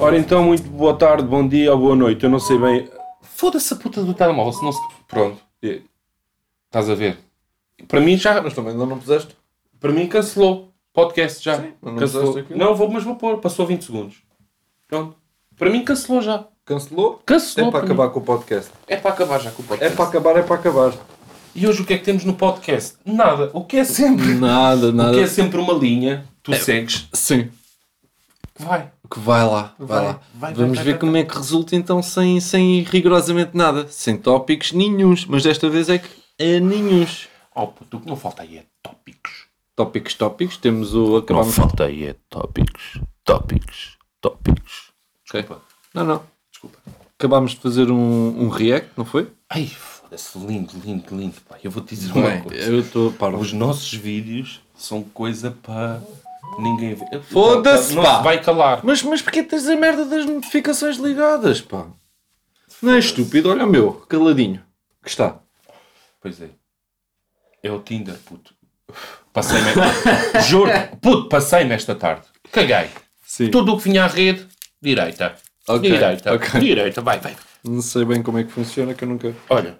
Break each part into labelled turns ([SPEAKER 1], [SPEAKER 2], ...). [SPEAKER 1] Ora então, muito boa tarde, bom dia ou boa noite, eu não sei bem. Foda-se a puta do telemóvel, se não se. Pronto. É. Estás a ver? Para mim já.
[SPEAKER 2] Mas também ainda não puseste.
[SPEAKER 1] Para mim cancelou. Podcast já.
[SPEAKER 2] Sim, mas não
[SPEAKER 1] cancelou.
[SPEAKER 2] precisaste daquilo.
[SPEAKER 1] Não, vou, mas vou pôr, passou 20 segundos. Pronto. Para mim cancelou já.
[SPEAKER 2] Cancelou.
[SPEAKER 1] Cancelou.
[SPEAKER 2] É para acabar com o podcast.
[SPEAKER 1] É para acabar já com o
[SPEAKER 2] É
[SPEAKER 1] podcast.
[SPEAKER 2] para acabar, é para acabar.
[SPEAKER 1] E hoje o que é que temos no podcast? Nada. O que é sempre.
[SPEAKER 2] Nada,
[SPEAKER 1] O que é sempre uma linha, tu segues,
[SPEAKER 3] Sim,
[SPEAKER 1] que vai.
[SPEAKER 3] que vai lá, vai,
[SPEAKER 1] Vai,
[SPEAKER 3] lá.
[SPEAKER 1] vai,
[SPEAKER 3] Vamos
[SPEAKER 1] vai,
[SPEAKER 3] ver
[SPEAKER 1] vai,
[SPEAKER 3] como é que resulta então sem, sem rigorosamente nada, sem tópicos nenhuns, mas desta vez é que é nenhuns.
[SPEAKER 1] Oh puto, o que não falta aí é tópicos.
[SPEAKER 3] Tópicos, tópicos, temos o acabamos.
[SPEAKER 1] falta aí é tópicos. Tópicos. Tópicos. Desculpa.
[SPEAKER 3] Não, não.
[SPEAKER 1] Desculpa.
[SPEAKER 3] Acabámos de fazer um, um react, não foi?
[SPEAKER 1] Ai, foda-se, lindo, lindo, lindo. Pá. Eu vou te dizer uma coisa.
[SPEAKER 3] é? eu estou parvo.
[SPEAKER 1] Os nossos vídeos são coisa para ninguém ver.
[SPEAKER 3] Foda-se,
[SPEAKER 1] Não
[SPEAKER 3] pá.
[SPEAKER 1] se vai calar.
[SPEAKER 3] Mas, mas porquê tens a merda das notificações ligadas, pá? Não é estúpido, olha o meu, caladinho, que está.
[SPEAKER 1] Pois é. É o Tinder, puto. Passei nesta... Juro, puto, passei nesta tarde. Caguei.
[SPEAKER 3] Sim.
[SPEAKER 1] Tudo o que vinha à rede, direita.
[SPEAKER 3] Ok,
[SPEAKER 1] Direita.
[SPEAKER 3] ok.
[SPEAKER 1] Direita, vai, vai.
[SPEAKER 3] Não sei bem como é que funciona, que eu nunca,
[SPEAKER 1] Olha,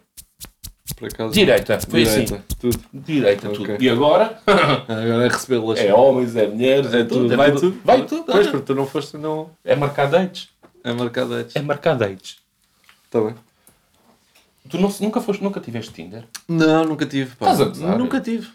[SPEAKER 3] por acaso...
[SPEAKER 1] direita. Foi
[SPEAKER 3] Direita,
[SPEAKER 1] assim.
[SPEAKER 3] tudo.
[SPEAKER 1] Direita,
[SPEAKER 3] Ok.
[SPEAKER 1] tudo. E agora?
[SPEAKER 3] Agora é recebê-las.
[SPEAKER 1] É homens, é mulheres, é tudo.
[SPEAKER 3] é
[SPEAKER 1] vai
[SPEAKER 3] tudo.
[SPEAKER 1] tudo. Vai tudo.
[SPEAKER 3] Pois,
[SPEAKER 1] olha.
[SPEAKER 3] porque tu não foste, não.
[SPEAKER 1] É marcar dates.
[SPEAKER 3] É marcado antes.
[SPEAKER 1] É Tá marcar dates.
[SPEAKER 3] Está bem.
[SPEAKER 1] Tu não- nunca foste, nunca tiveste Tinder?
[SPEAKER 3] Não, nunca tive. Pá.
[SPEAKER 1] Estás a gozar? é.
[SPEAKER 3] Nunca tive.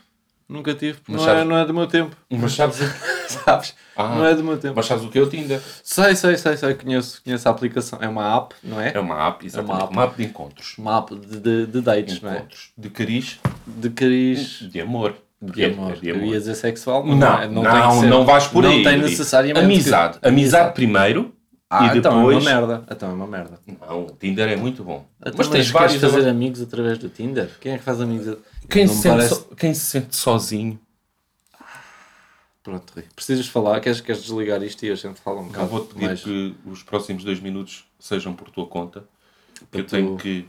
[SPEAKER 3] Nunca tive. porque
[SPEAKER 1] Mas
[SPEAKER 3] Não, é,
[SPEAKER 1] sabes-
[SPEAKER 3] não é do meu tempo.
[SPEAKER 1] Mas sabes o,
[SPEAKER 3] Sabes?
[SPEAKER 1] Ah.
[SPEAKER 3] Não é do meu tempo.
[SPEAKER 1] mas sabes o que é o Tinder?
[SPEAKER 3] Sei, sei, sei, sei. Conheço, conheço a aplicação. É uma app, não é?
[SPEAKER 1] É um- uma app, exatamente.
[SPEAKER 3] uma app.
[SPEAKER 1] uma app de encontros.
[SPEAKER 3] Uma app de, de, de dates,
[SPEAKER 1] Um
[SPEAKER 3] não é?
[SPEAKER 1] Encontros. De cariz,
[SPEAKER 3] De cariz.
[SPEAKER 1] de amor. é-
[SPEAKER 3] De amor.
[SPEAKER 1] De
[SPEAKER 3] Eu ia dizer sexual, mas
[SPEAKER 1] Não,
[SPEAKER 3] é,
[SPEAKER 1] não, não,
[SPEAKER 3] tem que ser.
[SPEAKER 1] vais por aí.
[SPEAKER 3] Não tem necessariamente. que-
[SPEAKER 1] Amizade. Amizade, primeiro
[SPEAKER 3] Ah,
[SPEAKER 1] e
[SPEAKER 3] então é uma
[SPEAKER 1] depois...
[SPEAKER 3] merda. Então é uma merda.
[SPEAKER 1] não, o Tinder é muito bom.
[SPEAKER 3] Então,
[SPEAKER 1] mas tens
[SPEAKER 3] queres
[SPEAKER 1] vários...
[SPEAKER 3] fazer
[SPEAKER 1] agora.
[SPEAKER 3] amigos através do Tinder? Quem é que faz amigos? a-
[SPEAKER 1] Quem,
[SPEAKER 3] Não
[SPEAKER 1] se
[SPEAKER 3] me
[SPEAKER 1] sente
[SPEAKER 3] parece-
[SPEAKER 1] so- quem se sente sozinho...
[SPEAKER 3] Pronto, Rui. Precisas falar? Queres, queres desligar isto e a gente fala um
[SPEAKER 1] Eu
[SPEAKER 3] bocado
[SPEAKER 1] vou-te pedir
[SPEAKER 3] mais?
[SPEAKER 1] que os próximos dois minutos sejam por tua conta.
[SPEAKER 3] Para
[SPEAKER 1] eu tenho
[SPEAKER 3] tu-
[SPEAKER 1] que...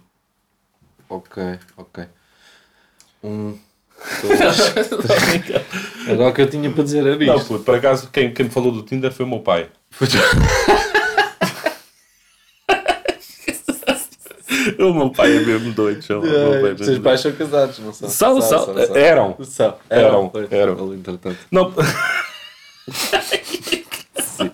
[SPEAKER 3] Ok, ok. Um, dois... Era o que eu tinha para dizer, era
[SPEAKER 1] Não,
[SPEAKER 3] isto.
[SPEAKER 1] puto, por acaso, quem, quem me falou do Tinder foi o meu pai. o meu pai é mesmo doido. chama. O meu pai é
[SPEAKER 3] Ai,
[SPEAKER 1] mesmo
[SPEAKER 3] Os teus
[SPEAKER 1] doido.
[SPEAKER 3] pais são casados, não são?
[SPEAKER 1] São, são, eram.
[SPEAKER 3] São. É,
[SPEAKER 1] Eram,
[SPEAKER 3] Pois,
[SPEAKER 1] eram.
[SPEAKER 3] ele, entretanto.
[SPEAKER 1] Não. Sim.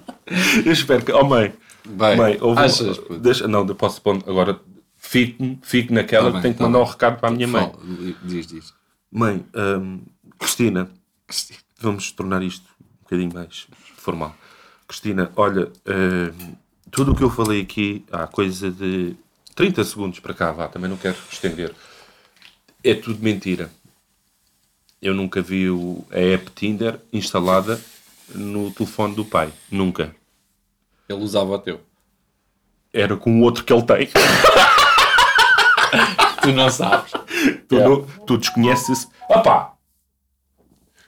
[SPEAKER 1] Eu espero que. Oh, mãe.
[SPEAKER 3] Bem,
[SPEAKER 1] mãe, houve um-
[SPEAKER 3] achas, puto?
[SPEAKER 1] deixa, Não, eu posso pôr. Agora, fique, fique naquela
[SPEAKER 3] Tá
[SPEAKER 1] que
[SPEAKER 3] bem,
[SPEAKER 1] tenho que
[SPEAKER 3] tá
[SPEAKER 1] mandar
[SPEAKER 3] bem.
[SPEAKER 1] um recado para a minha mãe.
[SPEAKER 3] Fala, diz, diz.
[SPEAKER 1] Mãe, hum, Cristina, vamos tornar isto um bocadinho mais formal. Cristina, olha, hum, tudo o que eu falei aqui há coisa de 30 segundos para cá, vá, também não quero estender. É tudo mentira. Eu nunca vi o- a app Tinder instalada no telefone do pai. Nunca.
[SPEAKER 3] Ele usava o teu.
[SPEAKER 1] Era com o outro que ele tem.
[SPEAKER 3] Tu não sabes.
[SPEAKER 1] Tu, não- tu desconheces. Opá!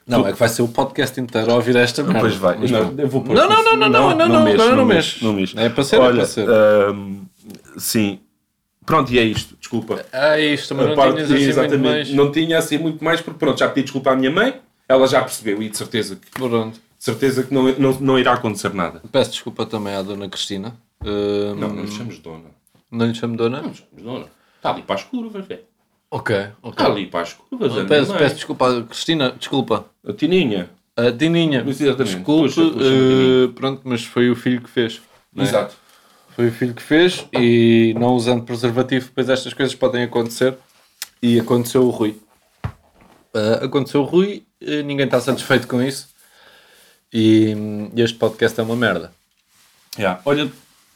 [SPEAKER 3] Não, é que vai ser o podcast inteiro a ouvir esta merda.
[SPEAKER 1] Pois vai.
[SPEAKER 3] Mas
[SPEAKER 1] Não,
[SPEAKER 3] pronto.
[SPEAKER 1] eu vou pôr
[SPEAKER 3] Não,
[SPEAKER 1] aqui.
[SPEAKER 3] não, não, não, não, não, não,
[SPEAKER 1] mexe,
[SPEAKER 3] agora não mexe.
[SPEAKER 1] Não mexe.
[SPEAKER 3] É para ser, é
[SPEAKER 1] Olha,
[SPEAKER 3] para ser.
[SPEAKER 1] ahm, sim. Pronto, e é isto. Desculpa.
[SPEAKER 3] Ah, isto, mas
[SPEAKER 1] A
[SPEAKER 3] não
[SPEAKER 1] parte-
[SPEAKER 3] tinhas assim muito
[SPEAKER 1] exatamente.
[SPEAKER 3] mais.
[SPEAKER 1] Não tinha assim muito mais, porque pronto, já pedi desculpa à minha mãe. Ela já percebeu e de certeza que,
[SPEAKER 3] Pronto.
[SPEAKER 1] de certeza que não, não, não irá acontecer nada.
[SPEAKER 3] Peço desculpa também à dona Cristina. Hum,
[SPEAKER 1] Não,
[SPEAKER 3] não.
[SPEAKER 1] não lhe chames dona.
[SPEAKER 3] lhe chamo dona?
[SPEAKER 1] Não lhe chames dona. Está ali para as curvas, velho.
[SPEAKER 3] Ok,
[SPEAKER 1] Está
[SPEAKER 3] ok.
[SPEAKER 1] ali para as curvas. a
[SPEAKER 3] Então Peço,
[SPEAKER 1] minha
[SPEAKER 3] peço
[SPEAKER 1] mãe.
[SPEAKER 3] desculpa, Cristina, desculpa.
[SPEAKER 1] A Tininha.
[SPEAKER 3] A Dininha,
[SPEAKER 1] Mas exatamente,
[SPEAKER 3] desculpe,
[SPEAKER 1] puxa, puxa,
[SPEAKER 3] eh, pronto, mas foi o filho que fez. não é?
[SPEAKER 1] Exato.
[SPEAKER 3] Foi o filho que fez e não usando preservativo, depois estas coisas podem acontecer. E aconteceu o Rui. Ah, aconteceu o Rui, eh, ninguém está satisfeito com isso. E hum, este podcast é uma merda.
[SPEAKER 1] Yeah. Olha,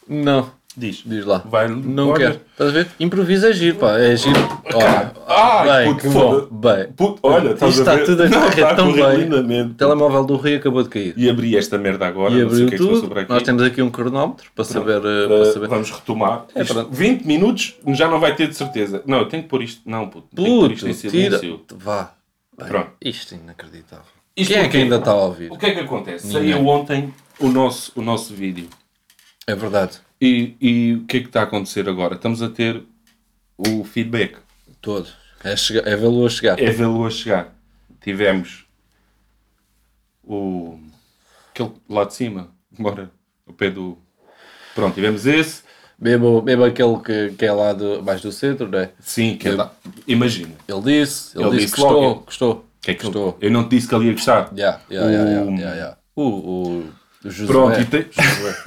[SPEAKER 3] Não,
[SPEAKER 1] diz.
[SPEAKER 3] diz lá.
[SPEAKER 1] Vai,
[SPEAKER 3] Não
[SPEAKER 1] olha.
[SPEAKER 3] quero. Estás a ver? Improvisa é giro, pá. É giro. Olha,
[SPEAKER 1] Oh, Ai,
[SPEAKER 3] bem,
[SPEAKER 1] puto,
[SPEAKER 3] que
[SPEAKER 1] foda-
[SPEAKER 3] bom. Bem.
[SPEAKER 1] Puto, olha,
[SPEAKER 3] Isto
[SPEAKER 1] estás a
[SPEAKER 3] está
[SPEAKER 1] ver?
[SPEAKER 3] tudo a
[SPEAKER 1] Não,
[SPEAKER 3] correr
[SPEAKER 1] está a
[SPEAKER 3] tão
[SPEAKER 1] correr
[SPEAKER 3] bem.
[SPEAKER 1] lindamente.
[SPEAKER 3] O telemóvel do Rui acabou de cair.
[SPEAKER 1] E abri esta merda agora.
[SPEAKER 3] E
[SPEAKER 1] não sei o
[SPEAKER 3] abriu
[SPEAKER 1] que é que se passou
[SPEAKER 3] tudo.
[SPEAKER 1] por aqui.
[SPEAKER 3] Nós temos aqui um cronómetro para saber. eh,
[SPEAKER 1] Uh,
[SPEAKER 3] para saber.
[SPEAKER 1] vamos retomar.
[SPEAKER 3] É,
[SPEAKER 1] Isto,
[SPEAKER 3] pronto.
[SPEAKER 1] 20 minutos já não vai ter de certeza. Não, eu tenho que pôr isto. Não, puto. tenho que pôr isto em
[SPEAKER 3] Puto, tira.
[SPEAKER 1] silêncio.
[SPEAKER 3] Vá. Bem,
[SPEAKER 1] Pronto.
[SPEAKER 3] Isto é inacreditável.
[SPEAKER 1] Isto
[SPEAKER 3] Quem é que
[SPEAKER 1] porquê?
[SPEAKER 3] ainda está a ouvir?
[SPEAKER 1] O que é que acontece?
[SPEAKER 3] Ninguém.
[SPEAKER 1] Saiu ontem o nosso, o nosso vídeo.
[SPEAKER 3] É verdade.
[SPEAKER 1] E, e o que é que está a acontecer agora? Estamos a ter o feedback.
[SPEAKER 3] Todo. É, chega- é vê-lo a chegar.
[SPEAKER 1] É vê-lo a chegar. Tivemos o. aquele lá de cima. Bora. O pé do. Pronto, tivemos esse.
[SPEAKER 3] Mesmo, mesmo aquele que, que é lá do, mais do centro, né?
[SPEAKER 1] Sim, que é
[SPEAKER 3] Eu-
[SPEAKER 1] da- Imagina.
[SPEAKER 3] Ele disse, ele,
[SPEAKER 1] Ele
[SPEAKER 3] disse,
[SPEAKER 1] disse
[SPEAKER 3] que gostou,
[SPEAKER 1] logo.
[SPEAKER 3] gostou.
[SPEAKER 1] Que é que
[SPEAKER 3] Gostou.
[SPEAKER 1] eu não te disse que ele ia gostar.
[SPEAKER 3] Yeah, yeah, yeah, yeah,
[SPEAKER 1] Um,
[SPEAKER 3] yeah, yeah. O, o, o Josué.
[SPEAKER 1] Pronto, e tem...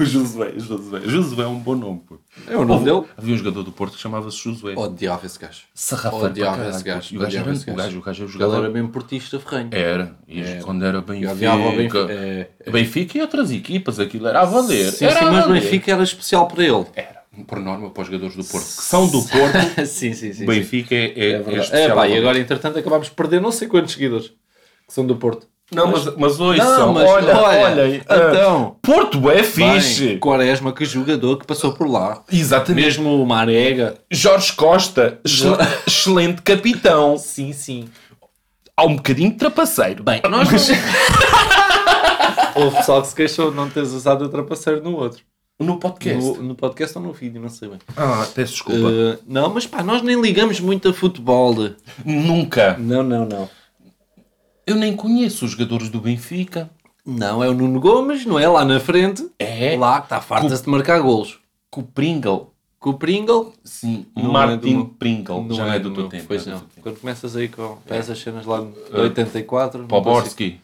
[SPEAKER 1] Josué, Josué. Josué é um bom nome, pô.
[SPEAKER 3] É o nome
[SPEAKER 1] Houve-
[SPEAKER 3] dele?
[SPEAKER 1] Havia um jogador do Porto que chamava-se Josué.
[SPEAKER 3] Odiava esse gajo.
[SPEAKER 1] Sarrafante
[SPEAKER 3] odiava
[SPEAKER 1] pra
[SPEAKER 3] Oh, esse gajo,
[SPEAKER 1] caralho, pô. E O gajo
[SPEAKER 3] odiava
[SPEAKER 1] era
[SPEAKER 3] esse
[SPEAKER 1] o
[SPEAKER 3] gajo. É.
[SPEAKER 1] gajo, é o gajo era
[SPEAKER 3] Ele era
[SPEAKER 1] jogador.
[SPEAKER 3] é mesmo portista ferrenho.
[SPEAKER 1] Era. E quando era Benfica.
[SPEAKER 3] odiava o Benfica. é.
[SPEAKER 1] Benfica. e outras equipas, aquilo era a valer.
[SPEAKER 3] Sim,
[SPEAKER 1] era
[SPEAKER 3] sim,
[SPEAKER 1] a
[SPEAKER 3] mas o
[SPEAKER 1] valer.
[SPEAKER 3] Benfica era especial para ele.
[SPEAKER 1] Era. Por norma, para os jogadores do Porto, que são do Porto,
[SPEAKER 3] sim, sim, sim.
[SPEAKER 1] o Benfica é, é,
[SPEAKER 3] É verdade.
[SPEAKER 1] especial.
[SPEAKER 3] É, pá, e
[SPEAKER 1] ao-
[SPEAKER 3] agora, entretanto, acabámos de perder não sei quantos seguidores que são do Porto.
[SPEAKER 1] Não, mas, mas hoje
[SPEAKER 3] Não,
[SPEAKER 1] são.
[SPEAKER 3] mas
[SPEAKER 1] olha,
[SPEAKER 3] olha,
[SPEAKER 1] olha. ah,
[SPEAKER 3] então.
[SPEAKER 1] Porto é
[SPEAKER 3] Bem,
[SPEAKER 1] fixe.
[SPEAKER 3] Quaresma, que jogador que passou por lá.
[SPEAKER 1] Exatamente.
[SPEAKER 3] Mesmo o Marega.
[SPEAKER 1] Jorge Costa, excel- excelente capitão.
[SPEAKER 3] Sim, sim.
[SPEAKER 1] Há um bocadinho de trapaceiro.
[SPEAKER 3] Bem, nós Houve pessoal que se queixou de não teres usado o trapaceiro no outro.
[SPEAKER 1] no podcast.
[SPEAKER 3] No, no podcast ou no vídeo, não sei bem.
[SPEAKER 1] Ah, peço desculpa.
[SPEAKER 3] Eh, não, mas pá, nós nem ligamos muito a futebol.
[SPEAKER 1] Nunca.
[SPEAKER 3] Não, não, não.
[SPEAKER 1] Eu nem conheço os jogadores do Benfica.
[SPEAKER 3] Não, é o Nuno Gomes, não é? Lá na frente.
[SPEAKER 1] É.
[SPEAKER 3] Lá, está farta-se de marcar golos.
[SPEAKER 1] Com o Pringle.
[SPEAKER 3] Com o Pringle.
[SPEAKER 1] Sim,
[SPEAKER 3] Não
[SPEAKER 1] Martin
[SPEAKER 3] é do meu-
[SPEAKER 1] Pringle. já não é do teu
[SPEAKER 3] meu,
[SPEAKER 1] tempo.
[SPEAKER 3] Pois
[SPEAKER 1] não é
[SPEAKER 3] não.
[SPEAKER 1] do teu tempo. É.
[SPEAKER 3] Quando começas aí com com essas cenas lá de 84. não consigo-
[SPEAKER 1] Poborski.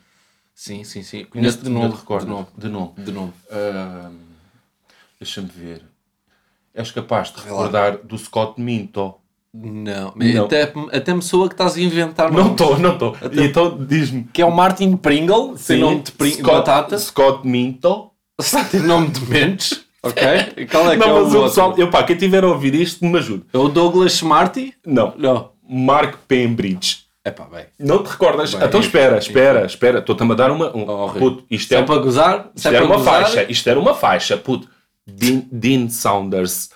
[SPEAKER 3] Sim, sim, sim. Conheço
[SPEAKER 1] Ainda
[SPEAKER 3] de nome.
[SPEAKER 1] te recordas?
[SPEAKER 3] De nome.
[SPEAKER 1] De nome.
[SPEAKER 3] De nome.
[SPEAKER 1] Ah, Deixa-me ver. És capaz de recordar do Scott Minto.
[SPEAKER 3] Não, mas
[SPEAKER 1] Não.
[SPEAKER 3] Até, até me soa que estás a inventar
[SPEAKER 1] Não
[SPEAKER 3] nomes.
[SPEAKER 1] estou, não estou. Então diz-me.
[SPEAKER 3] Que é o Martin Pringle, tem nome de Pringle.
[SPEAKER 1] Scott,
[SPEAKER 3] Batata,
[SPEAKER 1] Scott Minto.
[SPEAKER 3] tem nome de Mendes. Ok? E Qual é que é
[SPEAKER 1] Não,
[SPEAKER 3] o
[SPEAKER 1] mas o
[SPEAKER 3] outro?
[SPEAKER 1] pessoal, eu, pá, quem tiver a ouvir isto, me ajude.
[SPEAKER 3] É o Douglas Smarty?
[SPEAKER 1] Não.
[SPEAKER 3] Não.
[SPEAKER 1] Mark Pembridge.
[SPEAKER 3] É pá, bem.
[SPEAKER 1] Não te recordas?
[SPEAKER 3] Bem,
[SPEAKER 1] então espera, espera, espera. Estou-te a dar uma. Um,
[SPEAKER 3] Oh,
[SPEAKER 1] puto, isto,
[SPEAKER 3] Se
[SPEAKER 1] é,
[SPEAKER 3] é para gozar,
[SPEAKER 1] isto
[SPEAKER 3] se é
[SPEAKER 1] era
[SPEAKER 3] para
[SPEAKER 1] uma
[SPEAKER 3] gozar,
[SPEAKER 1] faixa. Isto era uma faixa, puto. Dean, Dean Saunders.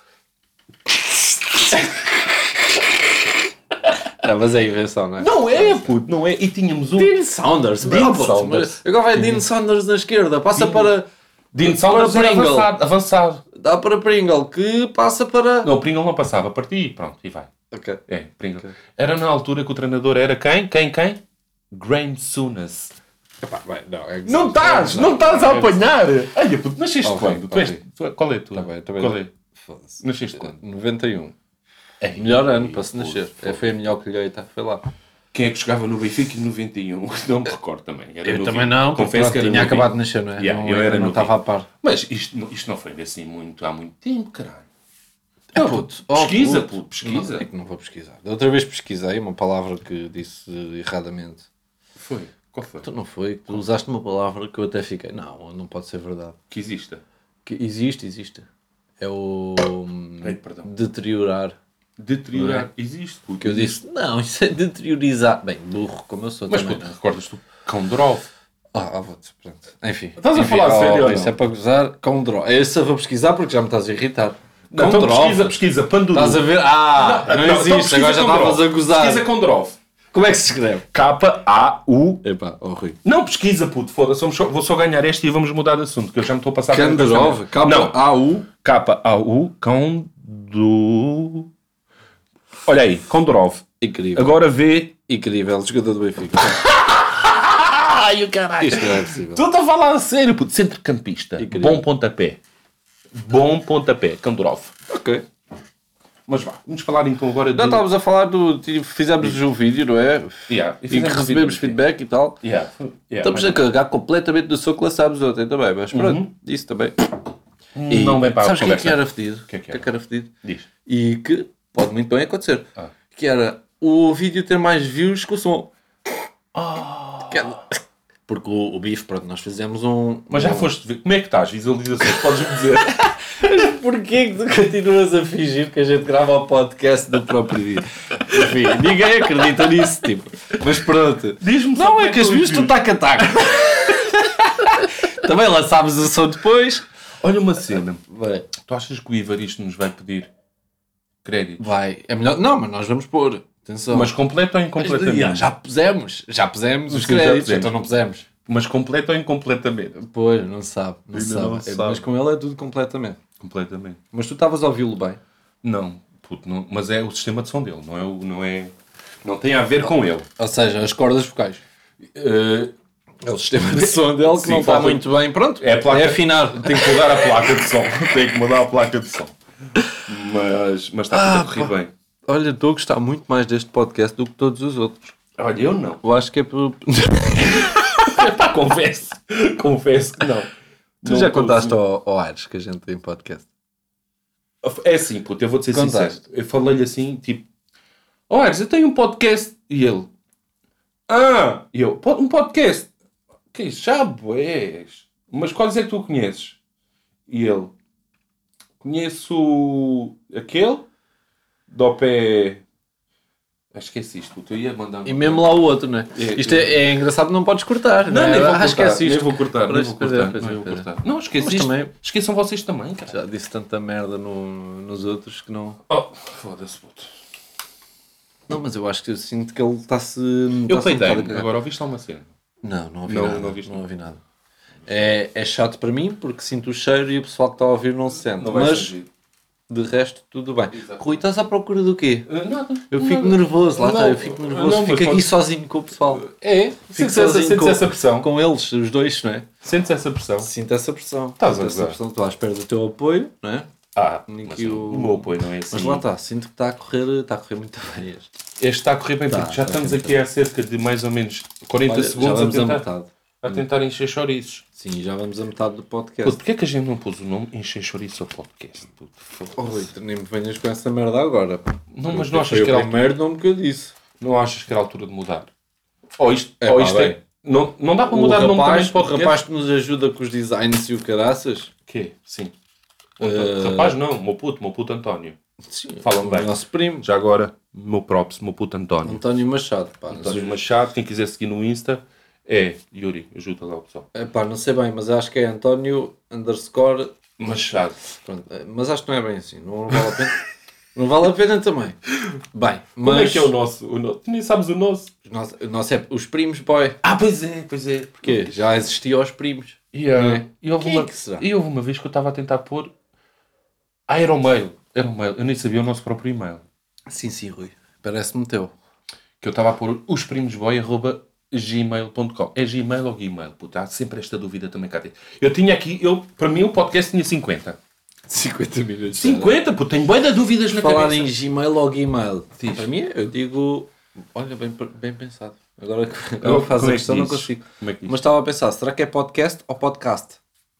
[SPEAKER 3] Não, mas é invenção, não é?
[SPEAKER 1] Não é, puto, não é. E tínhamos um.
[SPEAKER 3] Dean Saunders, Uhum.
[SPEAKER 1] Dean
[SPEAKER 3] bravo,
[SPEAKER 1] Saunders.
[SPEAKER 3] mas Agora vai Dean Saunders na esquerda, passa para.
[SPEAKER 1] Dean Saunders era
[SPEAKER 3] Pringle.
[SPEAKER 1] avançado, avançado.
[SPEAKER 3] Dá para Pringle, que passa para.
[SPEAKER 1] Não, o Pringle não passava, partia e pronto, e vai.
[SPEAKER 3] Ok.
[SPEAKER 1] É, Pringle. Era na altura que o treinador era quem? Quem? Quem? Graham Souness.
[SPEAKER 3] Epá, bem, não, é
[SPEAKER 1] Não estás, não estás a apanhar. Olha, puto, nasceste
[SPEAKER 3] Ok,
[SPEAKER 1] quando? Tu és-
[SPEAKER 3] ok.
[SPEAKER 1] tu- qual é a tua?
[SPEAKER 3] Tá bem, tá bem.
[SPEAKER 1] Qual é?
[SPEAKER 3] Foda-se.
[SPEAKER 1] Nasceste quando?
[SPEAKER 3] 91.
[SPEAKER 1] É,
[SPEAKER 3] Melhor ano para se nascer. É, foi a melhor colheita, foi lá.
[SPEAKER 1] Quem é que jogava no Benfica em 91? Não me recordo também. Era novinho.
[SPEAKER 3] confesso que tinha
[SPEAKER 1] novinho.
[SPEAKER 3] acabado de nascer, não é?
[SPEAKER 1] Yeah,
[SPEAKER 3] não,
[SPEAKER 1] eu
[SPEAKER 3] ainda
[SPEAKER 1] era
[SPEAKER 3] não
[SPEAKER 1] novinho.
[SPEAKER 3] estava a par.
[SPEAKER 1] Mas isto, não- isto não foi assim muito, há muito tempo, caralho.
[SPEAKER 3] É
[SPEAKER 1] Não,
[SPEAKER 3] puto.
[SPEAKER 1] pesquisa, puto, pesquisa.
[SPEAKER 3] Não, é que não vou pesquisar. Da outra vez pesquisei uma palavra que disse erradamente.
[SPEAKER 1] Foi. Qual foi?
[SPEAKER 3] Tu não foi? Tu usaste uma palavra que eu até fiquei. Não, não pode ser verdade.
[SPEAKER 1] Que exista.
[SPEAKER 3] Que existe, existe. É o. hum,
[SPEAKER 1] Ai, perdão.
[SPEAKER 3] Deteriorar.
[SPEAKER 1] Deteriorar.
[SPEAKER 3] é?
[SPEAKER 1] Existe, puto.
[SPEAKER 3] Que eu disse, não, isso é deteriorizar. Bem, burro como eu sou
[SPEAKER 1] Mas,
[SPEAKER 3] também.
[SPEAKER 1] puto,
[SPEAKER 3] não é?
[SPEAKER 1] recordas-te do Condrov?
[SPEAKER 3] Ah, ah, vou-te, pronto. Enfim.
[SPEAKER 1] Estás a
[SPEAKER 3] Enfim,
[SPEAKER 1] falar a sério ou
[SPEAKER 3] Isso
[SPEAKER 1] não?
[SPEAKER 3] é para gozar com droga. Esse eu vou pesquisar porque já me estás a irritar.
[SPEAKER 1] Não,
[SPEAKER 3] Com
[SPEAKER 1] então
[SPEAKER 3] droga.
[SPEAKER 1] pesquisa, pesquisa. Panduru.
[SPEAKER 3] Estás a ver? Ah, não,
[SPEAKER 1] então
[SPEAKER 3] existe.
[SPEAKER 1] pesquisa
[SPEAKER 3] Agora já
[SPEAKER 1] Condrov.
[SPEAKER 3] estavas a gozar.
[SPEAKER 1] Pesquisa Condrov.
[SPEAKER 3] Como é que se escreve?
[SPEAKER 1] K-A-U.
[SPEAKER 3] Epá, ó Rui.
[SPEAKER 1] Não pesquisa, puto, foda-se, vamos só- vou só ganhar este e vamos mudar de assunto, que eu já me estou a passar para outra
[SPEAKER 3] Kandarov,
[SPEAKER 1] cena. Não,
[SPEAKER 3] K-A-U.
[SPEAKER 1] K-A-U, cão do... Olha aí, Condorov.
[SPEAKER 3] Incrível.
[SPEAKER 1] Agora vê...
[SPEAKER 3] Incrível, jogador do Benfica.
[SPEAKER 1] Ai, o caralho!
[SPEAKER 3] Isto não é possível.
[SPEAKER 1] Estou a falar a sério, puto. Centrocampista.
[SPEAKER 3] Incrível.
[SPEAKER 1] Bom pontapé. Bom pontapé, Condorov.
[SPEAKER 3] ok.
[SPEAKER 1] Mas vá, vamos falar então agora de...
[SPEAKER 3] Já estávamos a falar do. tipo, Fizemos o vídeo, não é?
[SPEAKER 1] Yeah,
[SPEAKER 3] E que recebemos feedback e tal.
[SPEAKER 1] Yeah, yeah,
[SPEAKER 3] Estamos a cagar completamente do soco que lançámos ontem também, mas pronto, isso também.
[SPEAKER 1] mas
[SPEAKER 3] E
[SPEAKER 1] Uhum. Não vem para a
[SPEAKER 3] Sabes o que é que
[SPEAKER 1] conversa.
[SPEAKER 3] era fedido? O
[SPEAKER 1] que é que
[SPEAKER 3] é que era fedido?
[SPEAKER 1] Diz.
[SPEAKER 3] E que pode muito bem acontecer.
[SPEAKER 1] Ah.
[SPEAKER 3] Que era o vídeo ter mais views que o som.
[SPEAKER 1] Ah.
[SPEAKER 3] Que era- Porque o, o bife, pronto, nós fizemos um.
[SPEAKER 1] Mas já
[SPEAKER 3] um-
[SPEAKER 1] foste ver... Como é que estás? Visualizações, podes-me dizer.
[SPEAKER 3] Porquê que tu continuas a fingir que a gente grava o podcast do próprio dia? Enfim, ninguém acredita nisso, tipo. Mas pronto.
[SPEAKER 1] Diz-me só
[SPEAKER 3] Não,
[SPEAKER 1] como
[SPEAKER 3] é que as
[SPEAKER 1] estão
[SPEAKER 3] views
[SPEAKER 1] os
[SPEAKER 3] tu tac a tac. Também lançámos o som depois.
[SPEAKER 1] Olha uma cena.
[SPEAKER 3] Vai.
[SPEAKER 1] Tu achas que o Ivaristo nos vai pedir crédito?
[SPEAKER 3] Vai. É melhor... Não, mas nós vamos pôr. Atenção.
[SPEAKER 1] Mas completo ou
[SPEAKER 3] Mas,
[SPEAKER 1] incompletamente?
[SPEAKER 3] já, já pusemos. Já pusemos os
[SPEAKER 1] Sim, já
[SPEAKER 3] créditos.
[SPEAKER 1] pusemos.
[SPEAKER 3] Então não pusemos.
[SPEAKER 1] Mas completo ou incompletamente?
[SPEAKER 3] Pois, não se sabe. Não se
[SPEAKER 1] Ainda
[SPEAKER 3] sabe.
[SPEAKER 1] não se
[SPEAKER 3] É,
[SPEAKER 1] sabe.
[SPEAKER 3] Mas com ele é tudo completamente.
[SPEAKER 1] Completamente.
[SPEAKER 3] Mas tu estavas a ouvi-lo bem.
[SPEAKER 1] Não, puto, não. Mas é o sistema de som dele, não é? o- Não, é, não tem a ver com ele.
[SPEAKER 3] Ou seja, as cordas vocais.
[SPEAKER 1] Eh,
[SPEAKER 3] É o sistema de som dele que
[SPEAKER 1] Sim,
[SPEAKER 3] não está
[SPEAKER 1] falta-
[SPEAKER 3] muito bem. Pronto,
[SPEAKER 1] É a placa-
[SPEAKER 3] é afinar.
[SPEAKER 1] Tem que mudar a placa de som. Tem que mudar a placa de som. Mas, mas está
[SPEAKER 3] Ah,
[SPEAKER 1] tudo a correr bem.
[SPEAKER 3] Olha, estou a gostar muito mais deste podcast do que todos os outros.
[SPEAKER 1] Olha, eu não.
[SPEAKER 3] Eu acho que é por...
[SPEAKER 1] Epá, confesso. Confesso que não.
[SPEAKER 3] Tu já contaste ao, ao Ares que a gente tem podcast.
[SPEAKER 1] É assim, puto, eu vou-te ser
[SPEAKER 3] Contaste.
[SPEAKER 1] sincero. Eu falei-lhe assim, tipo... Ó, Ares, eu tenho um podcast. E ele... Ah! E eu... "Po- Um podcast? Que isso? Já boés. Mas quais é que tu conheces? E ele... Conheço... Aquele? Do pé... Ah, Esqueci isto, puto. Eu ia mandar...
[SPEAKER 3] E mesmo lá o outro, não é?
[SPEAKER 1] É,
[SPEAKER 3] Isto é, é engraçado, não podes cortar. Não,
[SPEAKER 1] Não,
[SPEAKER 3] é?
[SPEAKER 1] nem vou
[SPEAKER 3] Ah,
[SPEAKER 1] cortar.
[SPEAKER 3] esquece
[SPEAKER 1] nem
[SPEAKER 3] isto.
[SPEAKER 1] vou cortar, nem
[SPEAKER 3] Pois,
[SPEAKER 1] vou
[SPEAKER 3] pois é,
[SPEAKER 1] cortar,
[SPEAKER 3] pois
[SPEAKER 1] nem
[SPEAKER 3] é,
[SPEAKER 1] vou
[SPEAKER 3] pois é.
[SPEAKER 1] cortar. Não,
[SPEAKER 3] Mas
[SPEAKER 1] esqueci isto.
[SPEAKER 3] também-
[SPEAKER 1] Esqueçam vocês também, cara.
[SPEAKER 3] Já disse tanta merda no- nos outros que não...
[SPEAKER 1] Oh, foda-se, puto.
[SPEAKER 3] Não, mas eu acho que eu sinto que ele está-se...
[SPEAKER 1] Eu
[SPEAKER 3] está-se um
[SPEAKER 1] peidei
[SPEAKER 3] bocado a cagar.
[SPEAKER 1] Agora ouviste alguma cena?
[SPEAKER 3] Não, não ouvi
[SPEAKER 1] Não,
[SPEAKER 3] nada.
[SPEAKER 1] não
[SPEAKER 3] Não,
[SPEAKER 1] ouviste
[SPEAKER 3] ouvi nada. É, é chato para mim porque sinto o cheiro e o pessoal que está a ouvir não se sente. mas de resto tudo bem.
[SPEAKER 1] Exato.
[SPEAKER 3] Rui, estás à procura do quê?
[SPEAKER 1] Nada.
[SPEAKER 3] Eu fico
[SPEAKER 1] eh, nada.
[SPEAKER 3] nervoso, lá está,
[SPEAKER 1] Não,
[SPEAKER 3] eu fico nervoso.
[SPEAKER 1] não, mas
[SPEAKER 3] fico aqui
[SPEAKER 1] pode-
[SPEAKER 3] sozinho com o pessoal.
[SPEAKER 1] É, sentes essa,
[SPEAKER 3] sozinho
[SPEAKER 1] sentes
[SPEAKER 3] com-
[SPEAKER 1] essa pressão.
[SPEAKER 3] Com eles, os dois, não é?
[SPEAKER 1] Sentes essa pressão.
[SPEAKER 3] Sinto essa pressão.
[SPEAKER 1] Estás a
[SPEAKER 3] Sinto essa
[SPEAKER 1] gozar.
[SPEAKER 3] pressão, estou à espera do teu apoio, não é? um
[SPEAKER 1] Ah,
[SPEAKER 3] Nem
[SPEAKER 1] mas
[SPEAKER 3] que o-
[SPEAKER 1] o... meu apoio não é assim.
[SPEAKER 3] Mas lá tá. está, sinto que está a correr, está a correr muito bem este.
[SPEAKER 1] Este está a correr bem,
[SPEAKER 3] Tá,
[SPEAKER 1] porque já
[SPEAKER 3] tá,
[SPEAKER 1] estamos
[SPEAKER 3] tá,
[SPEAKER 1] aqui há cerca de mais ou menos 40
[SPEAKER 3] Olha, já
[SPEAKER 1] segundos a
[SPEAKER 3] vamos a
[SPEAKER 1] tentar,
[SPEAKER 3] metade.
[SPEAKER 1] a tentar encher chouriços.
[SPEAKER 3] Sim, já vamos a metade do
[SPEAKER 1] Puto,
[SPEAKER 3] podcast.
[SPEAKER 1] Porquê é que a gente não pôs o nome Encher Chouriço ao podcast? puto? Foda-se.
[SPEAKER 3] Oh, Rui, tu nem me venhas com essa merda agora.
[SPEAKER 1] Não, mas não achas
[SPEAKER 3] Foi
[SPEAKER 1] que era
[SPEAKER 3] o primeiro nome que eu disse.
[SPEAKER 1] Não achas que era a altura de mudar? Ou isto
[SPEAKER 3] É
[SPEAKER 1] é. Ou
[SPEAKER 3] pá,
[SPEAKER 1] isto é
[SPEAKER 3] bem.
[SPEAKER 1] não, não dá para
[SPEAKER 3] O
[SPEAKER 1] mudar o nome
[SPEAKER 3] rapaz,
[SPEAKER 1] também para
[SPEAKER 3] o rapaz que nos ajuda com os designs e o caraças.
[SPEAKER 1] Quê? Sim. Rapaz, não, meu puto, meu puto António.
[SPEAKER 3] Eh, Sim,
[SPEAKER 1] Falam
[SPEAKER 3] o
[SPEAKER 1] bem.
[SPEAKER 3] nosso primo.
[SPEAKER 1] Já agora, meu props, meu puto António.
[SPEAKER 3] António Machado, pá. não
[SPEAKER 1] António
[SPEAKER 3] sei-
[SPEAKER 1] Machado, quem quiser seguir no Insta é Yuri, ajuda lá o pessoal.
[SPEAKER 3] é pá, não sei bem, mas acho que é António underscore.
[SPEAKER 1] Machado.
[SPEAKER 3] pronto, é, mas acho que não é bem assim. Não vale a pena. não vale a pena também. Bem,
[SPEAKER 1] Como
[SPEAKER 3] mas.
[SPEAKER 1] é que é o nosso? o nosso? Tu nem sabes o nosso.
[SPEAKER 3] o nosso? o nosso é os primos, boy.
[SPEAKER 1] Ah, pois é, pois é.
[SPEAKER 3] Porque já existia aos primos.
[SPEAKER 1] E, ah,
[SPEAKER 3] É.
[SPEAKER 1] e houve
[SPEAKER 3] Quem
[SPEAKER 1] uma,
[SPEAKER 3] é que será?
[SPEAKER 1] e houve uma vez que eu estava a tentar pôr. Ah, era o mail. Era o mail. Eu nem sabia o nosso próprio e-mail.
[SPEAKER 3] Sim, sim, Rui. Parece-me teu.
[SPEAKER 1] que eu estava a pôr osprimosboy.gmail.com. É gmail ou gmail? Puta, há sempre esta dúvida também cá dentro. Eu tinha aqui, eu, para mim o podcast tinha 50.
[SPEAKER 3] 50 minutos.
[SPEAKER 1] 50, puta, tenho bué de dúvidas na
[SPEAKER 3] Falar
[SPEAKER 1] cabeça.
[SPEAKER 3] em Gmail ou Gmail.
[SPEAKER 1] Diz.
[SPEAKER 3] Para mim, eu digo. Olha, bem, bem pensado. Agora que
[SPEAKER 1] Como-
[SPEAKER 3] agora faz
[SPEAKER 1] como é
[SPEAKER 3] a
[SPEAKER 1] que
[SPEAKER 3] questão, não
[SPEAKER 1] dizes?
[SPEAKER 3] consigo.
[SPEAKER 1] Como é que dizes?
[SPEAKER 3] Mas estava a pensar: será que é podcast ou podcast?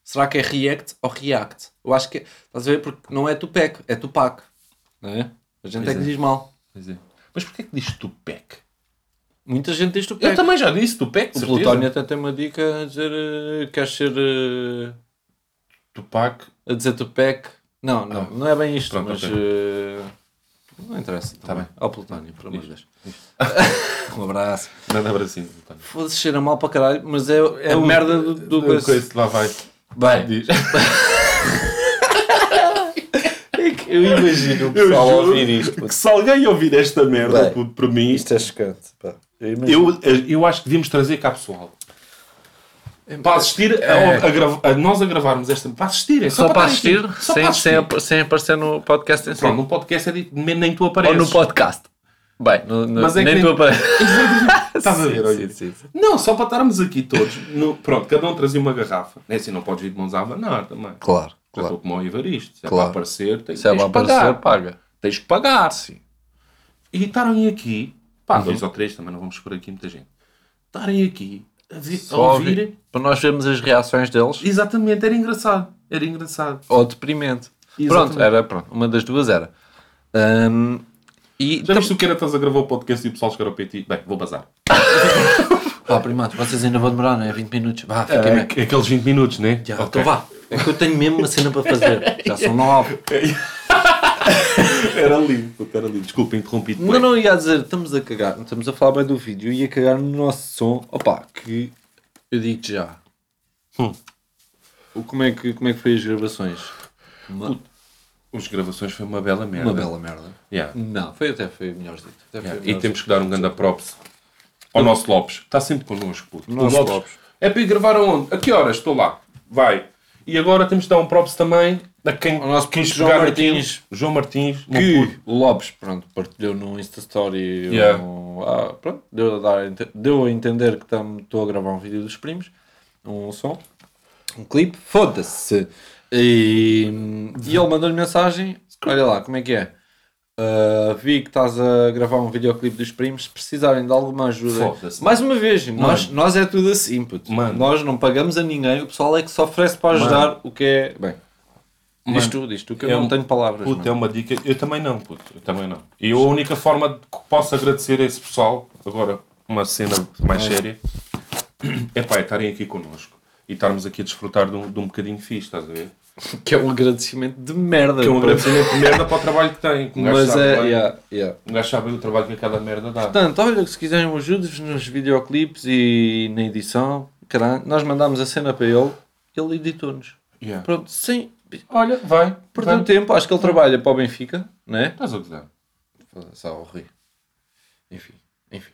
[SPEAKER 3] Será que é React ou React? Eu acho que é. Estás a ver? Porque não é Tupac, é Tupac. Não é? A gente é que
[SPEAKER 1] é.
[SPEAKER 3] diz mal.
[SPEAKER 1] Mas, é. Mas porquê que diz Tupec?
[SPEAKER 3] Muita gente diz Tupac.
[SPEAKER 1] Eu também já disse Tupec,
[SPEAKER 3] o
[SPEAKER 1] certeza.
[SPEAKER 3] Plutónio até tem uma dica a dizer. eh, Queres ser. eh,
[SPEAKER 1] Tupac.
[SPEAKER 3] a dizer Tupac. Não, não, não é bem isto,
[SPEAKER 1] Pronto,
[SPEAKER 3] mas.
[SPEAKER 1] ok.
[SPEAKER 3] eh, não interessa. Está
[SPEAKER 1] bem.
[SPEAKER 3] Ao Plutónio, por amor de Deus. um abraço.
[SPEAKER 1] Nada Brasil. António.
[SPEAKER 3] Foda-se, cheira mal para caralho, mas é, é a
[SPEAKER 1] o-
[SPEAKER 3] merda do, do
[SPEAKER 1] Coisa.
[SPEAKER 3] coisa.
[SPEAKER 1] coisa lá vai.
[SPEAKER 3] Bem,
[SPEAKER 1] Diz.
[SPEAKER 3] é que eu imagino o
[SPEAKER 1] Eu
[SPEAKER 3] pessoal
[SPEAKER 1] juro
[SPEAKER 3] ouvir isto.
[SPEAKER 1] que se alguém ouvir esta merda,
[SPEAKER 4] Bem.
[SPEAKER 1] puto, por mim,
[SPEAKER 4] Isto é chocante. Pá. Eu imagino.
[SPEAKER 1] eu, eh, eu acho que devíamos trazer cá pessoal. Para assistir, a-
[SPEAKER 3] É.
[SPEAKER 1] a, grava- a nós a gravarmos esta. Para assistir, é só,
[SPEAKER 3] Só para
[SPEAKER 1] estar aqui.
[SPEAKER 3] assistir,
[SPEAKER 1] Só
[SPEAKER 3] sem,
[SPEAKER 1] para assistir.
[SPEAKER 3] sem ap- sem aparecer no podcast em si.
[SPEAKER 1] Pronto, no podcast é dito, nem nem tu
[SPEAKER 3] Ou
[SPEAKER 1] apareces.
[SPEAKER 3] no podcast. Bem, no- no-
[SPEAKER 1] Mas é que
[SPEAKER 3] nem
[SPEAKER 1] nem-
[SPEAKER 3] tu apareces.
[SPEAKER 1] Estás a ver, olha.
[SPEAKER 3] Sim, sim, sim.
[SPEAKER 1] Não, só para estarmos aqui todos. no- pronto, cada um trazia uma garrafa. É assim, não podes vir de mãos a abanar também.
[SPEAKER 3] Claro,
[SPEAKER 1] Eu
[SPEAKER 3] claro.
[SPEAKER 1] estou como o Ivaristo. Se é
[SPEAKER 3] Claro.
[SPEAKER 1] para aparecer, tens,
[SPEAKER 3] Se ela
[SPEAKER 1] tens que
[SPEAKER 3] aparecer,
[SPEAKER 1] pagar.
[SPEAKER 3] paga.
[SPEAKER 1] Tens que pagar.
[SPEAKER 3] Sim. Uhum.
[SPEAKER 1] E estarem aqui, pá, dois ou três também, não vamos por aqui muita gente. Estarem aqui a, vi- a
[SPEAKER 3] Só
[SPEAKER 1] ouvir.
[SPEAKER 3] ouvi- Para nós vermos as reações deles.
[SPEAKER 1] Exatamente, era engraçado. Era engraçado.
[SPEAKER 3] Ou deprimente.
[SPEAKER 1] Exatamente.
[SPEAKER 3] Pronto, era pronto. Uma das duas era. Ahm, e
[SPEAKER 1] Já viste o que era? Estás a gravar o podcast e o pessoal chegar ao PT? Bem, vou bazar.
[SPEAKER 3] Vá, primato, vocês ainda vão demorar, não é? 20 minutos. Vá, fica bem.
[SPEAKER 1] Ah, aqueles 20 minutos, né?
[SPEAKER 3] Já, Então vá. É que eu tenho mesmo uma cena para fazer. Já são nove.
[SPEAKER 1] Era lindo, puto, era lindo. Desculpa, interrompi depois.
[SPEAKER 3] Não, não, ia dizer, estamos a cagar, não estamos a falar bem do vídeo e a cagar no nosso som. Opa, que eu digo já. Hum. O- Como, é que, como é que foi as gravações? Uma,
[SPEAKER 1] As gravações foi uma bela merda.
[SPEAKER 3] uma bela merda.
[SPEAKER 1] Yeah.
[SPEAKER 3] Não, foi até foi melhor dito. Até foi
[SPEAKER 1] Yeah. E
[SPEAKER 3] melhor
[SPEAKER 1] temos que dar um grande props ao nosso Lopes. Está sempre connosco. Puto.
[SPEAKER 3] Nosso
[SPEAKER 1] o Lopes.
[SPEAKER 3] Lopes.
[SPEAKER 1] É para ir gravar aonde? A que horas? Estou lá. Vai. E agora temos de dar um props também A quem
[SPEAKER 3] O nosso
[SPEAKER 1] quis
[SPEAKER 3] João
[SPEAKER 1] pegar
[SPEAKER 3] Martins.
[SPEAKER 1] naquilo, João Martins, meu puto.
[SPEAKER 3] que Lopes, pronto, partilhou no Insta Story.
[SPEAKER 1] Yeah.
[SPEAKER 3] um- ah, pronto, deu, a dar a ente- deu a entender que tam- estou a gravar um vídeo dos primos, um som, um clipe, foda-se. E, e ele mandou-lhe mensagem: Olha lá, como é que é? Ah, vi que estás a gravar um videoclipe dos primos. Se precisarem de alguma ajuda,
[SPEAKER 1] Foda-se.
[SPEAKER 3] mais uma vez, nós, nós é tudo assim, puto.
[SPEAKER 1] Mano.
[SPEAKER 3] Nós não pagamos a ninguém, o pessoal é que se oferece para ajudar. O que é bem, diz
[SPEAKER 1] Mano,
[SPEAKER 3] tu, diz tu, que eu
[SPEAKER 1] é
[SPEAKER 3] não
[SPEAKER 1] um-
[SPEAKER 3] tenho palavras.
[SPEAKER 1] Puto,
[SPEAKER 3] mano.
[SPEAKER 1] é uma dica. Eu também não, puto. Eu também não. E eu, a única forma de que posso agradecer a esse pessoal, agora uma cena mais séria, é pá, é estarem aqui connosco e estarmos aqui a desfrutar de um, de um bocadinho fixe, estás a ver?
[SPEAKER 3] Que é um agradecimento de merda.
[SPEAKER 1] Que é um
[SPEAKER 3] pô.
[SPEAKER 1] agradecimento de merda para o trabalho que tem. que Um gajo
[SPEAKER 3] Mas
[SPEAKER 1] sabe
[SPEAKER 3] é.
[SPEAKER 1] bem-
[SPEAKER 3] yeah, yeah.
[SPEAKER 1] um gajo sabe bem o trabalho que aquela merda dá.
[SPEAKER 3] Portanto, olha, se quiserem ajudas nos videoclipes e na edição, caralho, nós mandámos a cena para ele, ele editou-nos.
[SPEAKER 1] Yeah.
[SPEAKER 3] Pronto, sim.
[SPEAKER 1] Olha, vai.
[SPEAKER 3] Perdeu tempo, acho que ele trabalha para o Benfica, né?
[SPEAKER 1] Estás a gozar.
[SPEAKER 3] Só o Rui. Enfim, enfim.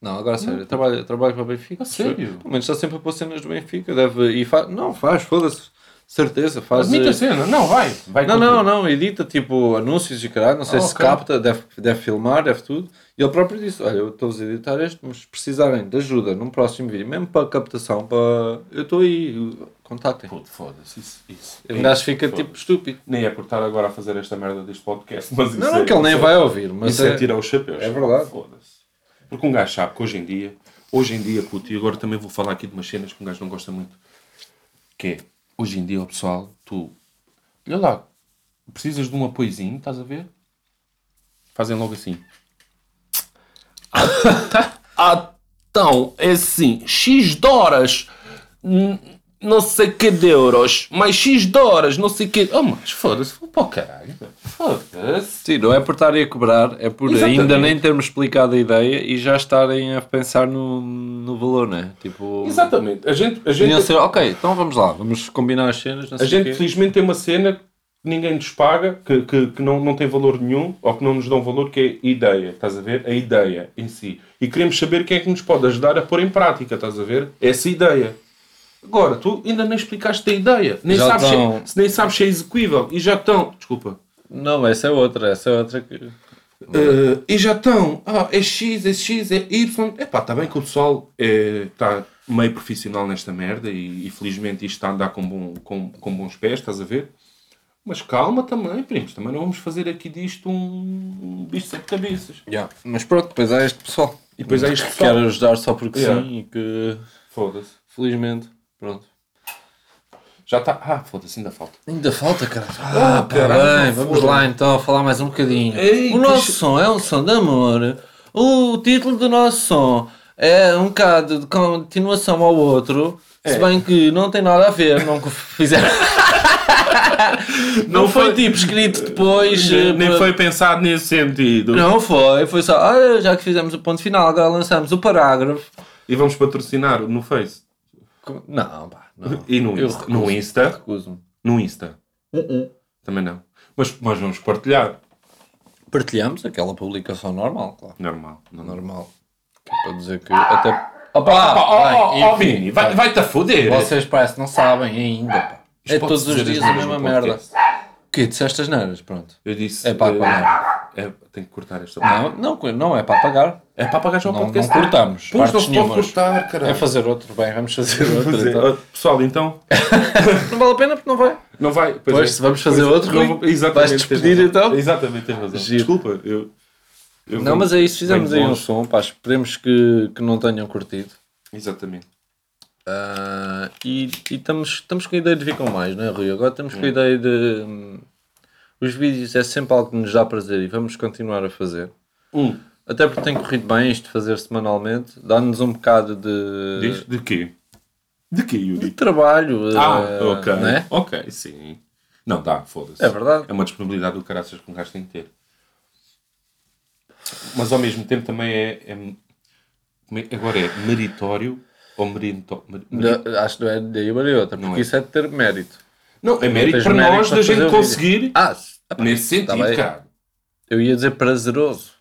[SPEAKER 3] Não, agora a sério, trabalha, trabalha para o Benfica.
[SPEAKER 1] A sério?
[SPEAKER 3] Pelo menos está sempre a pôr cenas do Benfica, deve. E fa... Não, faz, foda-se. Certeza, faz.
[SPEAKER 1] Admita
[SPEAKER 3] eh,
[SPEAKER 1] a cena. Não, vai. vai
[SPEAKER 3] Não,
[SPEAKER 1] com
[SPEAKER 3] não,
[SPEAKER 1] tudo.
[SPEAKER 3] não, edita tipo anúncios e caralho, não sei
[SPEAKER 1] Ah,
[SPEAKER 3] se
[SPEAKER 1] ok.
[SPEAKER 3] capta, deve, deve filmar, deve tudo. E ele próprio disse: Olha, eu estou-vos a editar este, mas se precisarem de ajuda num próximo vídeo, mesmo para captação, para... eu estou aí, contactem.
[SPEAKER 1] Puto, foda-se. Isso, isso.
[SPEAKER 3] O gajo fica
[SPEAKER 1] Foda-se.
[SPEAKER 3] tipo estúpido.
[SPEAKER 1] Nem é por estar agora a fazer esta merda deste podcast, mas isso
[SPEAKER 3] Não, não,
[SPEAKER 1] é-
[SPEAKER 3] que ele nem vai ouvir, mas
[SPEAKER 1] Isso é,
[SPEAKER 3] é.
[SPEAKER 1] tirar os chapéus.
[SPEAKER 3] é verdade.
[SPEAKER 1] Foda-se. Porque um gajo sabe que hoje em dia, hoje em dia, puto, e agora também vou falar aqui de umas cenas que um gajo não gosta muito. Que é, hoje em dia, o pessoal, tu, olha lá, precisas de um apoiozinho, estás a ver? Fazem logo assim. Ah, então, é assim, X de horas, n- não sei que de euros, mais X de horas, não sei que... Oh, mas foda-se, vou para o caralho, meu. foda-se.
[SPEAKER 3] Sim, não é por estarem a cobrar, é por
[SPEAKER 1] Exatamente.
[SPEAKER 3] ainda nem termos explicado a ideia e já estarem a pensar no, no valor, né? Tipo.
[SPEAKER 1] Exatamente. A gente, a
[SPEAKER 3] deviam
[SPEAKER 1] gente,
[SPEAKER 3] Ser, ok, então vamos lá, vamos combinar as cenas. Não
[SPEAKER 1] a
[SPEAKER 3] sei o
[SPEAKER 1] gente
[SPEAKER 3] quê.
[SPEAKER 1] felizmente tem uma cena que ninguém nos paga, que, que, que não, não tem valor nenhum, ou que não nos dão valor, que é ideia, estás a ver? A ideia em si. E queremos saber quem é que nos pode ajudar a pôr em prática, estás a ver? Essa ideia. Agora, tu ainda nem explicaste a ideia. Nem,
[SPEAKER 3] Já
[SPEAKER 1] sabes, se-
[SPEAKER 3] estão-
[SPEAKER 1] se, nem sabes se é execuível. E já estão... Desculpa.
[SPEAKER 3] Não, essa é outra, essa é outra que.
[SPEAKER 1] Uh, e já estão, ah, é X, é X, é Y. Epá, está bem que o pessoal está meio profissional nesta merda e, e felizmente isto está a andar com, bom, com, com bons pés, estás a ver? Mas calma também, primos, também não vamos fazer aqui disto um, um bicho sete cabeças.
[SPEAKER 3] Ya, Mas pronto, depois há este pessoal.
[SPEAKER 1] E depois há este
[SPEAKER 3] que
[SPEAKER 1] pessoal.
[SPEAKER 3] quer ajudar só porque
[SPEAKER 1] Ya.
[SPEAKER 3] sim e que
[SPEAKER 1] Foda-se.
[SPEAKER 3] felizmente. Pronto.
[SPEAKER 1] Já está. Ah, foda-se, ainda falta. Oh,
[SPEAKER 3] Ainda falta, cara. Ah, pá,
[SPEAKER 1] caralho,
[SPEAKER 3] bem, vamos lá então falar mais um bocadinho.
[SPEAKER 1] Ei,
[SPEAKER 3] o
[SPEAKER 1] que
[SPEAKER 3] nosso
[SPEAKER 1] che-
[SPEAKER 3] som é um som de amor. O título do nosso som é um bocado de continuação ao outro.
[SPEAKER 1] É.
[SPEAKER 3] Se bem que não tem nada a ver, não fizeram. não,
[SPEAKER 1] Não
[SPEAKER 3] foi
[SPEAKER 1] foi-
[SPEAKER 3] tipo escrito depois. eh,
[SPEAKER 1] Nem
[SPEAKER 3] por-
[SPEAKER 1] foi pensado nesse sentido.
[SPEAKER 3] Não foi, foi só, olha, já que fizemos o ponto final, agora lançamos o parágrafo.
[SPEAKER 1] E vamos patrocinar no Face.
[SPEAKER 3] Como- Não, pá, não.
[SPEAKER 1] E é no
[SPEAKER 3] Eu
[SPEAKER 1] Insta.
[SPEAKER 3] recuso.
[SPEAKER 1] No Insta.
[SPEAKER 3] Recuso-me.
[SPEAKER 1] No Insta. Também não. Mas, mas vamos partilhar.
[SPEAKER 3] Partilhamos aquela publicação normal, claro.
[SPEAKER 1] Normal. Não,
[SPEAKER 3] Normal. Que é para dizer que até. Opa, oh,
[SPEAKER 1] Ó,
[SPEAKER 3] bem,
[SPEAKER 1] ó, ó,
[SPEAKER 3] enfim,
[SPEAKER 1] Vini, vai-
[SPEAKER 3] pá.
[SPEAKER 1] vai-te a foder.
[SPEAKER 3] Vocês parece que não sabem ainda, pá.
[SPEAKER 1] Isto
[SPEAKER 3] é
[SPEAKER 1] pode-se
[SPEAKER 3] todos os
[SPEAKER 1] dizer
[SPEAKER 3] dias
[SPEAKER 1] as
[SPEAKER 3] a
[SPEAKER 1] neiras
[SPEAKER 3] mesma
[SPEAKER 1] no
[SPEAKER 3] merda.
[SPEAKER 1] podcast.
[SPEAKER 3] Que disseste as neiras, pronto.
[SPEAKER 1] Eu disse.
[SPEAKER 3] É para
[SPEAKER 1] eh,
[SPEAKER 3] apagar.
[SPEAKER 1] é- tenho que cortar esta parte.
[SPEAKER 3] Não, não, não é para apagar.
[SPEAKER 1] É para apagar já o
[SPEAKER 3] Não, não
[SPEAKER 1] podcast.
[SPEAKER 3] cortamos.
[SPEAKER 1] Pois não
[SPEAKER 3] partes
[SPEAKER 1] se pode
[SPEAKER 3] nenhumas.
[SPEAKER 1] cortar, caralho.
[SPEAKER 3] É fazer outro, bem, vamos fazer
[SPEAKER 1] Vou
[SPEAKER 3] outro.
[SPEAKER 1] dizer,
[SPEAKER 3] então.
[SPEAKER 1] ó, Pessoal, então.
[SPEAKER 3] Não vale a pena porque não vai.
[SPEAKER 1] Não vai. Pois,
[SPEAKER 3] Pois,
[SPEAKER 1] é.
[SPEAKER 3] se vamos fazer outro,
[SPEAKER 1] não
[SPEAKER 3] Rui,
[SPEAKER 1] vou- exatamente. tens
[SPEAKER 3] vais-te despedir,
[SPEAKER 1] razão.
[SPEAKER 3] então?
[SPEAKER 1] Exatamente, tens razão.
[SPEAKER 3] Giro.
[SPEAKER 1] Desculpa, eu. eu
[SPEAKER 3] Não,
[SPEAKER 1] vou-
[SPEAKER 3] mas é isso, fizemos
[SPEAKER 1] venho
[SPEAKER 3] aí um
[SPEAKER 1] longe.
[SPEAKER 3] som, pá, esperemos que, que não tenham curtido.
[SPEAKER 1] Exatamente.
[SPEAKER 3] Ah, e e estamos, estamos com a ideia de vir com mais, não é, Rui? Agora estamos com a ideia de. hum, os vídeos é sempre algo que nos dá prazer e vamos continuar a fazer.
[SPEAKER 1] Um.
[SPEAKER 3] Até porque tem corrido bem isto, fazer semanalmente, dá-nos um bocado de.
[SPEAKER 1] Diz? De quê? De quê,
[SPEAKER 3] de
[SPEAKER 1] Yuri?
[SPEAKER 3] trabalho.
[SPEAKER 1] Ah, ok.
[SPEAKER 3] Não é?
[SPEAKER 1] Ok, sim. Não dá, foda-se.
[SPEAKER 3] É verdade.
[SPEAKER 1] É uma disponibilidade do caraças que um gajo tem que ter. Mas ao mesmo tempo também é. é- como é- agora é meritório ou merito, mer- meri-
[SPEAKER 3] Não, acho que não é daí uma nem outra, porque
[SPEAKER 1] é.
[SPEAKER 3] isso é de ter mérito.
[SPEAKER 1] Não, é mérito
[SPEAKER 3] Tens
[SPEAKER 1] para
[SPEAKER 3] mérito
[SPEAKER 1] nós
[SPEAKER 3] para
[SPEAKER 1] da
[SPEAKER 3] fazer o
[SPEAKER 1] gente
[SPEAKER 3] vídeo.
[SPEAKER 1] conseguir.
[SPEAKER 3] Ah,
[SPEAKER 1] nesse
[SPEAKER 3] tá
[SPEAKER 1] sentido,
[SPEAKER 3] bem.
[SPEAKER 1] cara.
[SPEAKER 3] eu ia dizer prazeroso.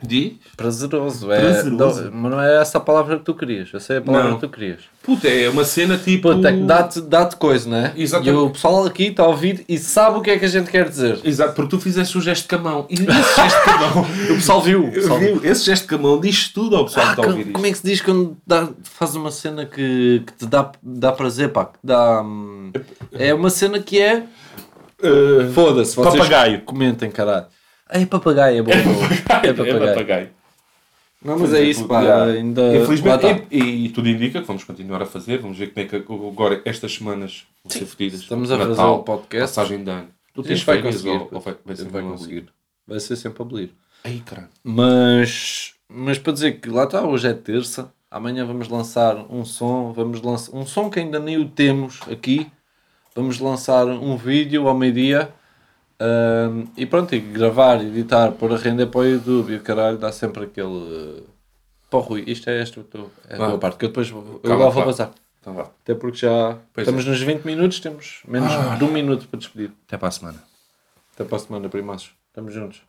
[SPEAKER 1] Diz?
[SPEAKER 3] Prazeroso. É,
[SPEAKER 5] Prazeroso.
[SPEAKER 3] Não, mas não é essa a palavra que tu querias. Eu sei a palavra
[SPEAKER 1] Não.
[SPEAKER 3] que tu querias.
[SPEAKER 1] Puta, é uma cena tipo.
[SPEAKER 3] Puta, é que dá-te dá coisa, não é?
[SPEAKER 1] Exatamente.
[SPEAKER 3] E o pessoal aqui está a ouvir e sabe o que é que a gente quer dizer.
[SPEAKER 1] Exato, porque tu fizeste o gesto de camão. E esse gesto de camão.
[SPEAKER 3] O pessoal viu. o pessoal viu.
[SPEAKER 1] Viu? Esse gesto de camão diz tudo ao pessoal
[SPEAKER 3] Ah,
[SPEAKER 1] que está a ouvir
[SPEAKER 3] como, como é que se diz quando dá- faz uma cena que, que te dá, dá prazer, pá? Que dá, hum, é uma cena que é.
[SPEAKER 1] isto.
[SPEAKER 3] Foda-se, vocês
[SPEAKER 1] Eh, Papagaio.
[SPEAKER 3] Comentem, caralho. É papagaio, é bom. É papagaio.
[SPEAKER 1] É papagaio.
[SPEAKER 3] Não, mas é isso, pá.
[SPEAKER 1] Já.
[SPEAKER 3] Ainda.
[SPEAKER 1] Infelizmente, é-
[SPEAKER 3] lá tá. está.
[SPEAKER 1] e, e tudo indica que vamos continuar a fazer. Vamos ver como é que agora estas semanas vão ser fodidas.
[SPEAKER 3] Estamos a fazer
[SPEAKER 1] Natal,
[SPEAKER 3] um podcast.
[SPEAKER 1] Passagem de ano. Tu
[SPEAKER 3] A
[SPEAKER 1] tens
[SPEAKER 3] gente vai
[SPEAKER 1] férias
[SPEAKER 3] conseguir,
[SPEAKER 1] ou,
[SPEAKER 3] pá.
[SPEAKER 1] ou vai, vai
[SPEAKER 3] A
[SPEAKER 1] ser um
[SPEAKER 3] gente vai
[SPEAKER 1] uma-
[SPEAKER 3] conseguir. Vai ser sempre a abolir.
[SPEAKER 1] Ai, caralho.
[SPEAKER 3] Mas, mas para dizer que lá está, hoje é terça, amanhã vamos lançar um som, vamos lançar um som que ainda nem o temos aqui. Vamos lançar um vídeo ao meio-dia ahm, e pronto, e gravar, editar, pôr a render para o YouTube e o caralho dá sempre aquele. eh, Pá, Rui, isto é esta a tua, é a
[SPEAKER 1] Vá.
[SPEAKER 3] tua parte, que eu depois vou, eu
[SPEAKER 1] Calma,
[SPEAKER 3] lá vou
[SPEAKER 1] vá.
[SPEAKER 3] passar.
[SPEAKER 1] Então vá.
[SPEAKER 3] Até porque já
[SPEAKER 1] Pois é. Ah.
[SPEAKER 3] estamos nos 20 minutos, temos menos de um minuto para despedir.
[SPEAKER 5] Até para a semana.
[SPEAKER 3] Até para a semana, primaços. Estamos juntos.